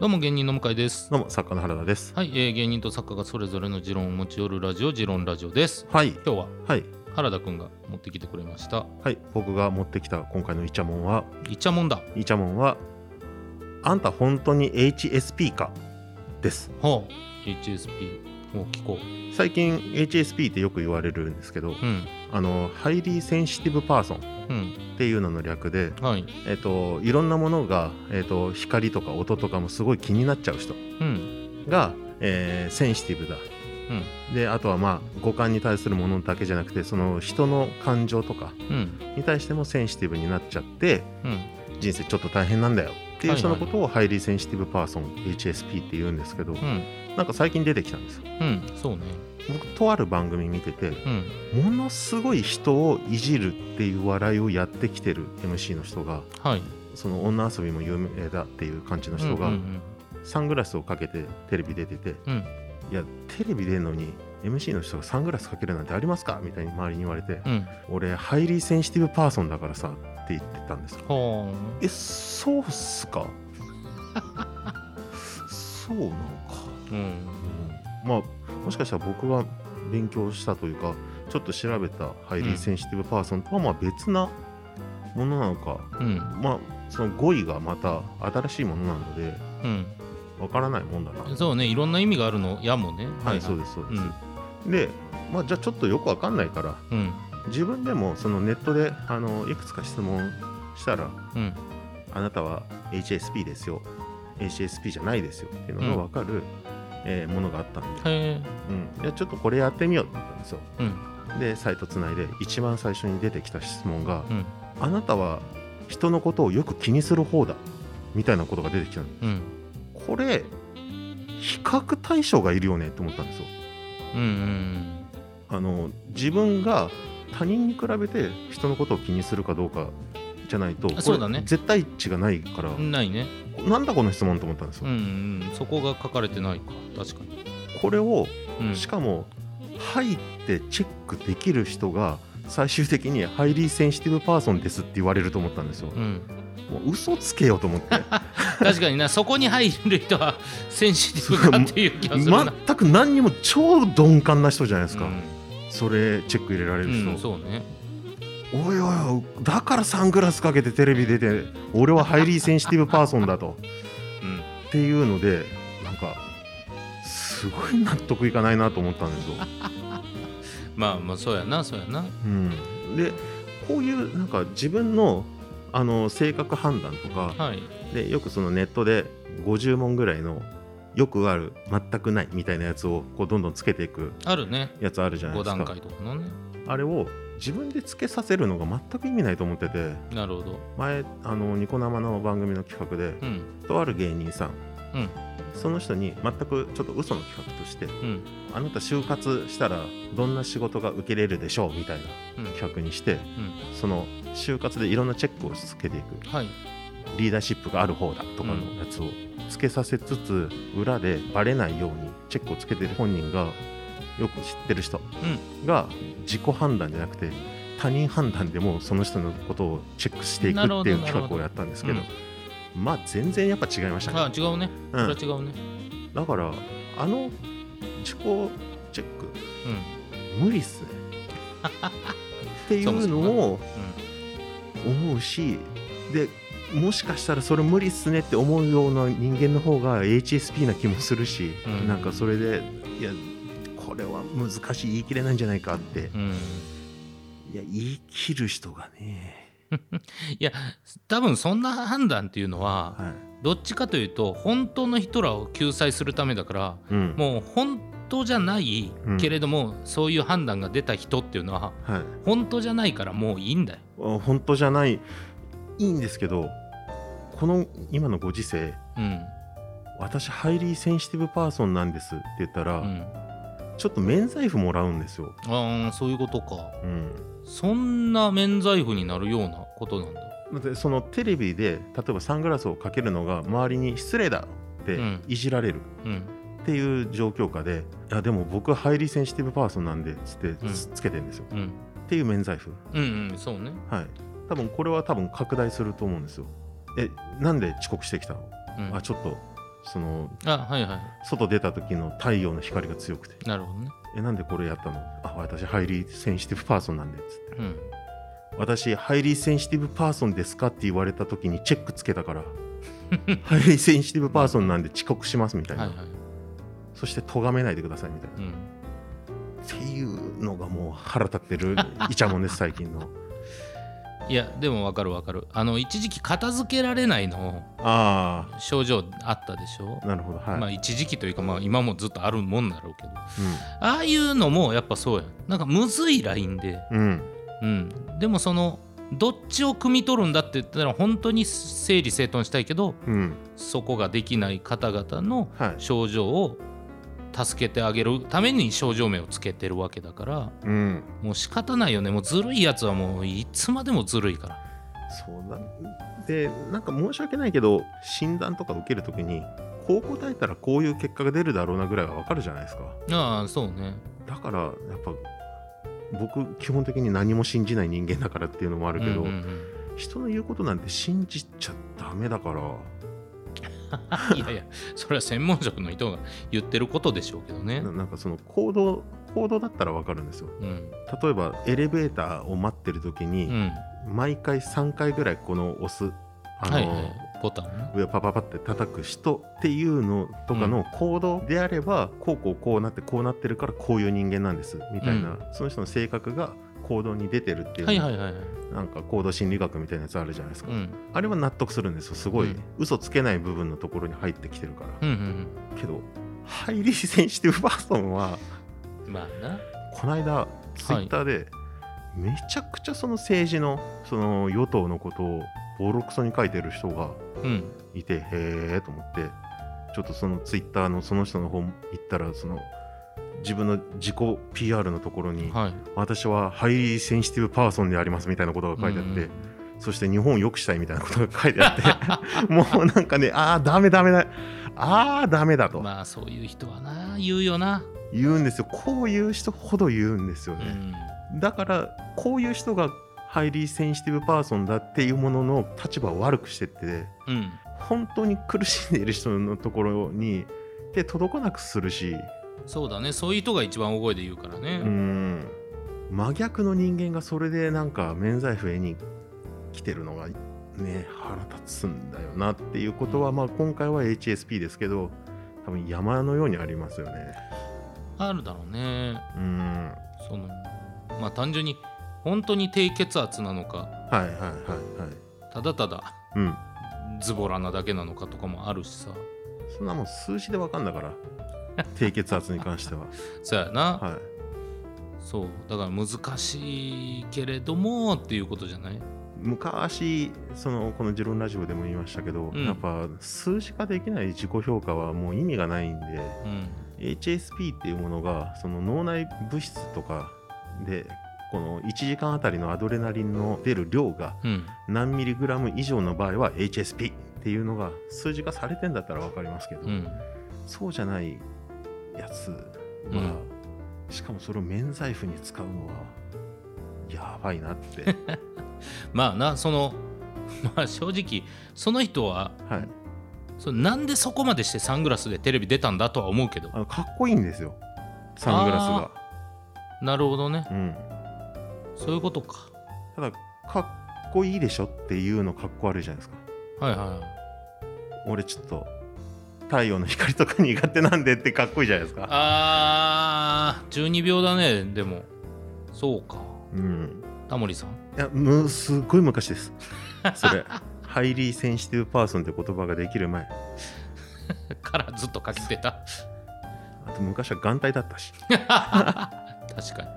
どうも芸人の向井です。どうも、作家の原田です。はい、えー芸人と作家がそれぞれの持論を持ち寄るラジオ、持論ラジオです。はい、今日ははい、原田くんが持ってきてくれました。はい、僕が持ってきた今回のイチャモンは、いちゃもんだ。イチャモンは、あんた本当に HSP かです。ほう。HSP を聞こう。最近 HSP ってよく言われるんですけうど、ん。あの、ハイリーセンシティブパーソンっうん。ていうのの略で、はい。えっと、いろんなものが、えっと、光とか音とかもすごい気になっちゃう人うん。が、えーセンシティブだ。うん。で、あとはまあ、五感に対するものだけじゃなくて、その人の感情とかうん。に対してもセンシティブになっちゃって、うん。人生ちょっと大変なんだよっていはいはいう人のことをハイリーセンシティブパーソン HSP って言うんですけどうん。なんか最近出てきたんですようん。そうね。僕とある番組見ててうん。ものすごい人をいじるっていう笑いをやってきてる MC の人がはい。その女遊びも有名だっていう感じの人うがんサングラスをかけてテレビ出ててうんうん。いやテレビ出るのに MC の人がサングラスかけるなんてありますかみたいに周りに言われてうん。うん。俺ハイリーセンシティブパーソンだからさって言ってたんですよほえそうっすか そうなのか、う。うん。うんまあもしかしたら僕が勉強したというかちょっと調べたハイリーセンシティブパーソンとはまあ別なものなのか、うん。まあその語彙がまた新しいものなのでわからないもんだなうん。そうね。いろんな意味があるの。やもね。はいそうですそううです、ん。でまあじゃあちょっとよくわかんないからうん。自分でもそのネットであのいくつか質問したらうん。あなたは HSP ですよ HSP じゃないですよっていうのが分かる、えーものがあったんで、へえ。うん、じゃあちょっとこれやってみようと思ったんですようん。でサイトつないで一番最初に出てきた質問がうん。 「あなたは人のことをよく気にする方だ」みたいなことが出てきたのうん。これ比較対象がいるよねって思ったんですようんあの自分が他人に比べて人のことを気にするかどうかじゃないとこれそうだね絶対値がないから、うんないねなんだこの質問と思ったんですよう、ん、うん、そこが書かれてないか確かに、これをうん、しかも入ってチェックできる人が最終的にハイリーセンシティブパーソンですって言われると思ったんですよ。うん、もう嘘つけようと 思って。確かにな そこに入る人は センシティブかっていう気がするな、で全く何にも超鈍感な人じゃないですか。それチェック入れられうる人。ん、そうねおいおいおい、だからサングラスかけてテレビ出て、俺はハイリーセンシティブパーソンだうと。んっていうので、なんか、すごい納得いかないなと思ったんですよ。まあまあそうやなそうやなうん、でこういうなんか自分のあの性格判断とかはいでよくそのネットで50問ぐらいのよくある全くないみたいなやつをこうどんどんつけていくあるねやつあるじゃない5です段か階とかのねあれを自分でつけさせるのが全く意味ないと思っててなるほど前あのニコ生の番組の企画でうんとある芸人さん、うんその人に全くちょっと嘘の企画としてうんあなた就活したらどんな仕事が受けれるでしょうみたいなうん企画にしてうんその就活でいろんなチェックをつけていくはいリーダーシップがある方だとかのやつをつけさせつつ裏でバレないようにチェックをつけてる本人がよく知ってる人が自己判断じゃなくて他人判断でもうその人のことをチェックしていくっていなうるほどなるほ企画どをやったんですけど、まあ全然やっぱ違いましたね、あ違うねこうれんは違うねだからあの自己チェックうん無理っすねっていうのを思うしでもしかしたらそれ無理っすねって思うような人間の方が HSP な気もするし、うんなんかそれでいやこれは難しい言い切れないんじゃないかって、うんうんいや言い切る人がね、多分そんな判断っていうのは、はいどっちかというと本当の人らを救済するためだからうんもう本当じゃないけれども、そういう判断が出た人っていうのははい、本当じゃないからもういいんだよ。あ本当じゃないいいんですけどこの今のご時世うん私ハイリーセンシティブパーソンなんですって言ったら、うん、ちょっと免罪符もらうんですよ、ああそういうことかうん、そんな免罪符になるようなことなんだ。だってそのテレビで例えばサングラスをかけるのが周りに失礼だってうんいじられるうんっていう状況下で、いやでも僕ハイリーセンシティブパーソンなんでつってんつつけてんですよ、うんっていう免罪符うんうんそうね。はい多分これは多分拡大すると思うんですよえなんで遅刻してきたの、うんあちょっとそのあはいはい外出た時の太陽の光が強くてなるほどね「えなんでこれやったのあ私ハイリーセンシティブパーソンなんで」つってうん「私ハイリーセンシティブパーソンですか?」って言われた時にチェックつけたから 「ハイリーセンシティブパーソンなんで遅刻します」みたいな、はいはいそして咎めないでくださいみたいな、うっんていうのがもう腹立っ てるイチャモンです最近のいやでもわかるわかるあの一時期片付けられないのあ症状あったでしょあなるほどはい、まあ一時期というかまあ今もずっとあるもんだろうけどあうあいうのもやっぱそうやなんかむずいラインでんうんうんでもそのどっちを汲み取るんだって言ったら本当に整理整頓したいけどうんそこができない方々のはい症状を助けてあげるために症状名をつけてるわけだからうんもう仕方ないよねもうずるいやつはもういつまでもずるいからそうだでなんか申し訳ないけど診断とか受けるときにこう答えたらこういう結果が出るだろうなぐらいは分かるじゃないですかああそうねだからやっぱ僕基本的に何も信じない人間だからっていうのもあるけど、うんうん人の言うことなんて信じちゃダメだからうんいやいやそれは専門職の人が言ってることでしょうけどねななんかその行動行動だったら分かるんですようん例えばエレベーターを待ってる時うに、ん毎回3回ぐらいこの押すあの、はいはいボタンね上をパパパって叩く人っていうのとかの行動であれば、こうこうこうなってこうなってるからこういう人間なんですみたいな、その人の性格が行動に出てるっていう、はいはいはいはいなんか行動心理学みたいなやつあるじゃないですか、うんあれは納得するんですよすごうい、ん嘘つけない部分のところに入ってきてるから、うんうんけどハイリーセンシティブパーソンはうんまあなこの間ツイッターでめちゃくちゃその政治のその与党のことをボロクソに書いてる人がうんいてへえと思ってちょっとそのツイッターのその人の方行ったらその自分の自己 PR のところに、はい私はハイリーセンシティブパーソンでありますみたいなことが書いてあって、うんそして日本を良くしたいみたいなことが書いてあっ てもうなんかねああダメダメだああダメだとまあそういう人はな言うよな言うんですよこういう人ほど言うんですようね、んだからこういう人がハイリーセンシティブパーソンだっていうものの立場を悪くしてってうん本当に苦しんでいる人のところに手届かなくするしそうだねそういう人が一番大声で言うからねうーん真逆の人間がそれでなんか免罪符に来てるのがね腹立つんだよなっていうことは、まあ、今回は HSP ですけど多分山のようにありますよね。あるだろうねうーんはそのまあ単純に本当に低血圧なのかいはいはいはい。ただただうんズボラなだけなのかとかもあるしさそんなもん数字で分かんだから 低血圧に関しては。そうやな、はいそうだから難しいけれどもっていうことじゃない昔そのこの「ジロンラジオ」でも言いましたけど、うんやっぱ数字化できない自己評価はもう意味がないんでうん HSP っていうものがその脳内物質とかでこの1時間あたりのアドレナリンの出る量がうん何ミリグラム以上の場合は HSP っていうのが数字化されてんだったら分かりますけど、うんそうじゃないやつは、しかもそれを免罪符に使うのはやばいなって。 まあなその まあ正直その人ははいそのなんでそこまでしてサングラスでテレビ出たんだとは思うけどあのかっこいいんですよサングラスが、なるほどねうん、そういうことかただかっこいいでしょっていうのかっこ悪いじゃないですかはいは俺ちょっと太陽の光とか苦手なんでってかっこいいじゃないですいかあー12秒だねでもそうかうんタモリさん いやむすっごい昔ですそれハイリーセンシティブパーソンって言葉ができる前からずっとかけてたあと昔は眼帯だったし確かに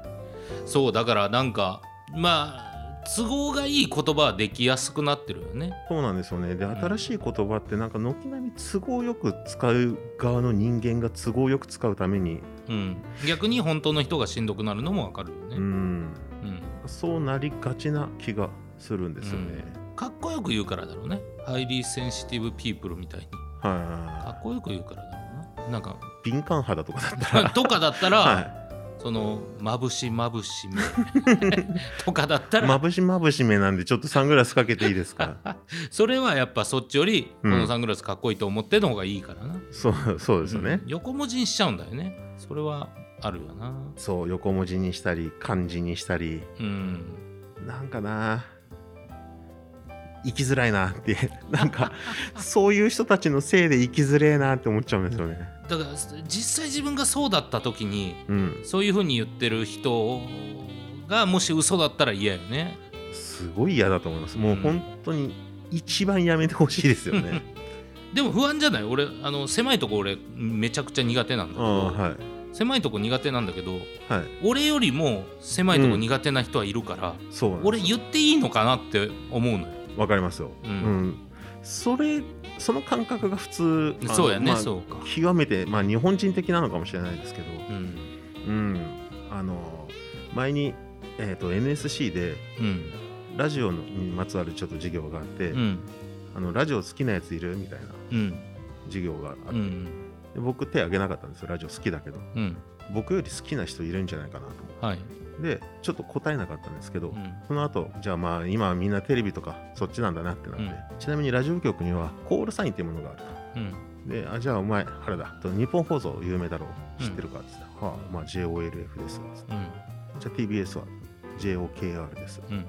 そうだからなんかまあ都合がいい言葉はできやすくなってるよねそうなんですよねで新しい言葉ってなんか軒並み都合よく使う側の人間が都合よく使うためにうん逆に本当の人がしんどくなるのもわかるよね、ううんんそうなりがちな気がするんですよね、かっこよく言うからだろうねハイリーセンシティブピープルみたいにはいはいかはっこよく言うからだろうななんか い敏感肌とかだったとかだったら、ら、はい、そのまぶしまぶ し目とかだったら、まぶしまぶし目なんでちょっとサングラスかけていいですかそれはやっぱそっちよりこうんのサングラスかっこいいと思っての方がいいからな、そうそうですよね、うん横文字にしちゃうんだよねそれはあるよなそう横文字にしたり漢字にしたりうんなんかな生きづらいなって な んかそういう人たちのせいで生きづれえなって思っちゃうんですよねだから実際自分がそうだった時にうんそういうふうに言ってる人がもし嘘だったら嫌よねすごい嫌だと思いますもううん本当に一番やめてほしいですよね でも不安じゃない俺あの狭いとこ俺めちゃくちゃ苦手なんだけあど、あはい狭いとこ苦手なんだけどはい俺よりも狭いとこ苦手な人はいるから、そうなんです俺言っていいのかなって思うのよわかりますよ、ううんんそれその感覚が普通あのそうやね、まあそうか、極めて、まあ、日本人的なのかもしれないですけど、うんうん、あの前に、えー、と NSC でうんラジオにまつわるちょっと授業があって、うんあのラジオ好きなやついるみたいなうん授業があって、うんうんで僕手挙げなかったんですよラジオ好きだけどうん僕より好きな人いるんじゃないかなと思はい、ってでちょっと答えなかったんですけど、うん、その後じゃあまあ今はみんなテレビとかそっちなんだなってなって、ちなみにラジオ局にはコールサインっていうものがあると。うんであじゃあお前原田と日本放送有名だろううん知ってるかって言ったら、はあまあ JOLF ですわうんじゃあ TBS は JOKR ですうん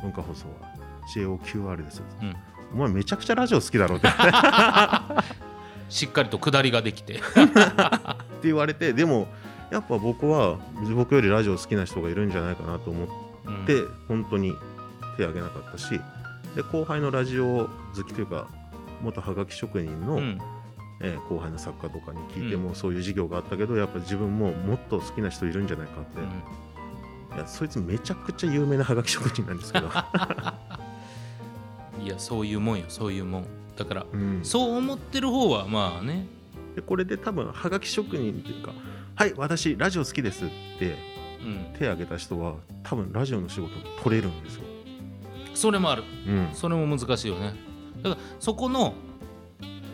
文化放送は JOQR ですうんお前めちゃくちゃラジオ好きだろうって ってしっかりと下りができて言われてでもやっぱ僕は僕よりラジオ好きな人がいるんじゃないかなと思っうんて、本当に手挙げなかったしで後輩のラジオ好きというか元はがき職人の、うんえー後輩の作家とかに聞いてもそういう授業があったけど、やっぱ自分ももっと好きな人いるんじゃないかって、うんいやそいつめちゃくちゃ有名なハガキ職人なんですけど、いやそういうもんよそういうもんだからうん そう思ってる方はまあねでこれで多分ハガキ職人っていうか「はい私ラジオ好きです」ってうん手挙げた人は多分ラジオの仕事取れるんですよ。それもあるうん、それも難しいよねだからそこの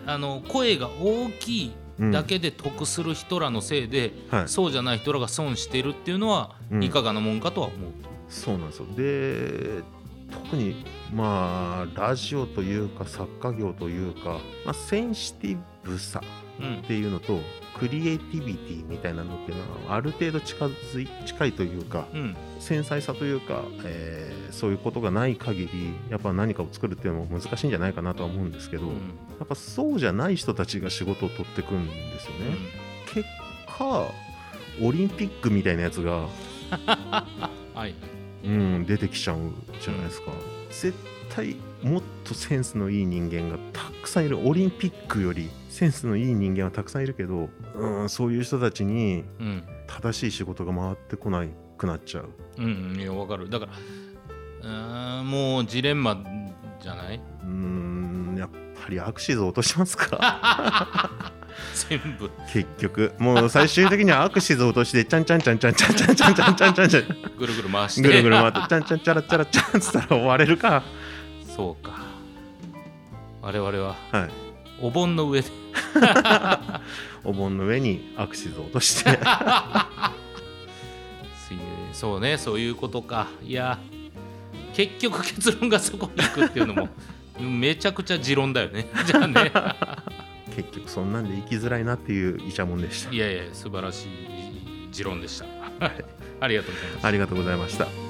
あの声が大きいうんだ、けで得する人らのせいで、はい、そうじゃない人らが損してるっていうのは、うんいかがなもんかとは思うそうなんですよで特にまあラジオというか作家業というか、まあ、センシティブさうんっていうのとクリエイティビティみたいなのっていうのはある程度近づい近いというかうん繊細さというか、えーそういうことがない限りやっぱ何かを作るっていうのも難しいんじゃないかなとは思うんですけど、うんやっぱそうじゃない人たちが仕事を取ってくんですよね。結果オリンピックみたいなやつうが、んはいうん、出てきちゃうじゃないですか。絶対もっとセンスのいい人間がたくさんいるオリンピックよりセンスのいい人間はたくさんいるけど、うん、そういう人たちにうん正しい仕事が回ってこなくなっちゃう。うんいやわかるだからうーんもうジレンマじゃないう ーんやっぱりアクシズ落としますか全部結局もう最終的にはアクシズ落としてちゃんちゃんちゃんちゃんちゃんちゃんちゃんちゃんちゃんちゃんちゃんぐるぐる回してぐるぐる回ってちゃんちゃんちゃらちゃらちゃんっつったら終われるかそうか我々ははいお盆の上でお盆の上にアクシズ落として 水泳そうねそういうことかいや結局結論がそこに行くっていうのも めちゃくちゃ持論だよねじゃあね結局そんなんで生きづらいなっていうイチャモンでしいやいや素晴らしい持論でしたありがとうございますたありがとうございました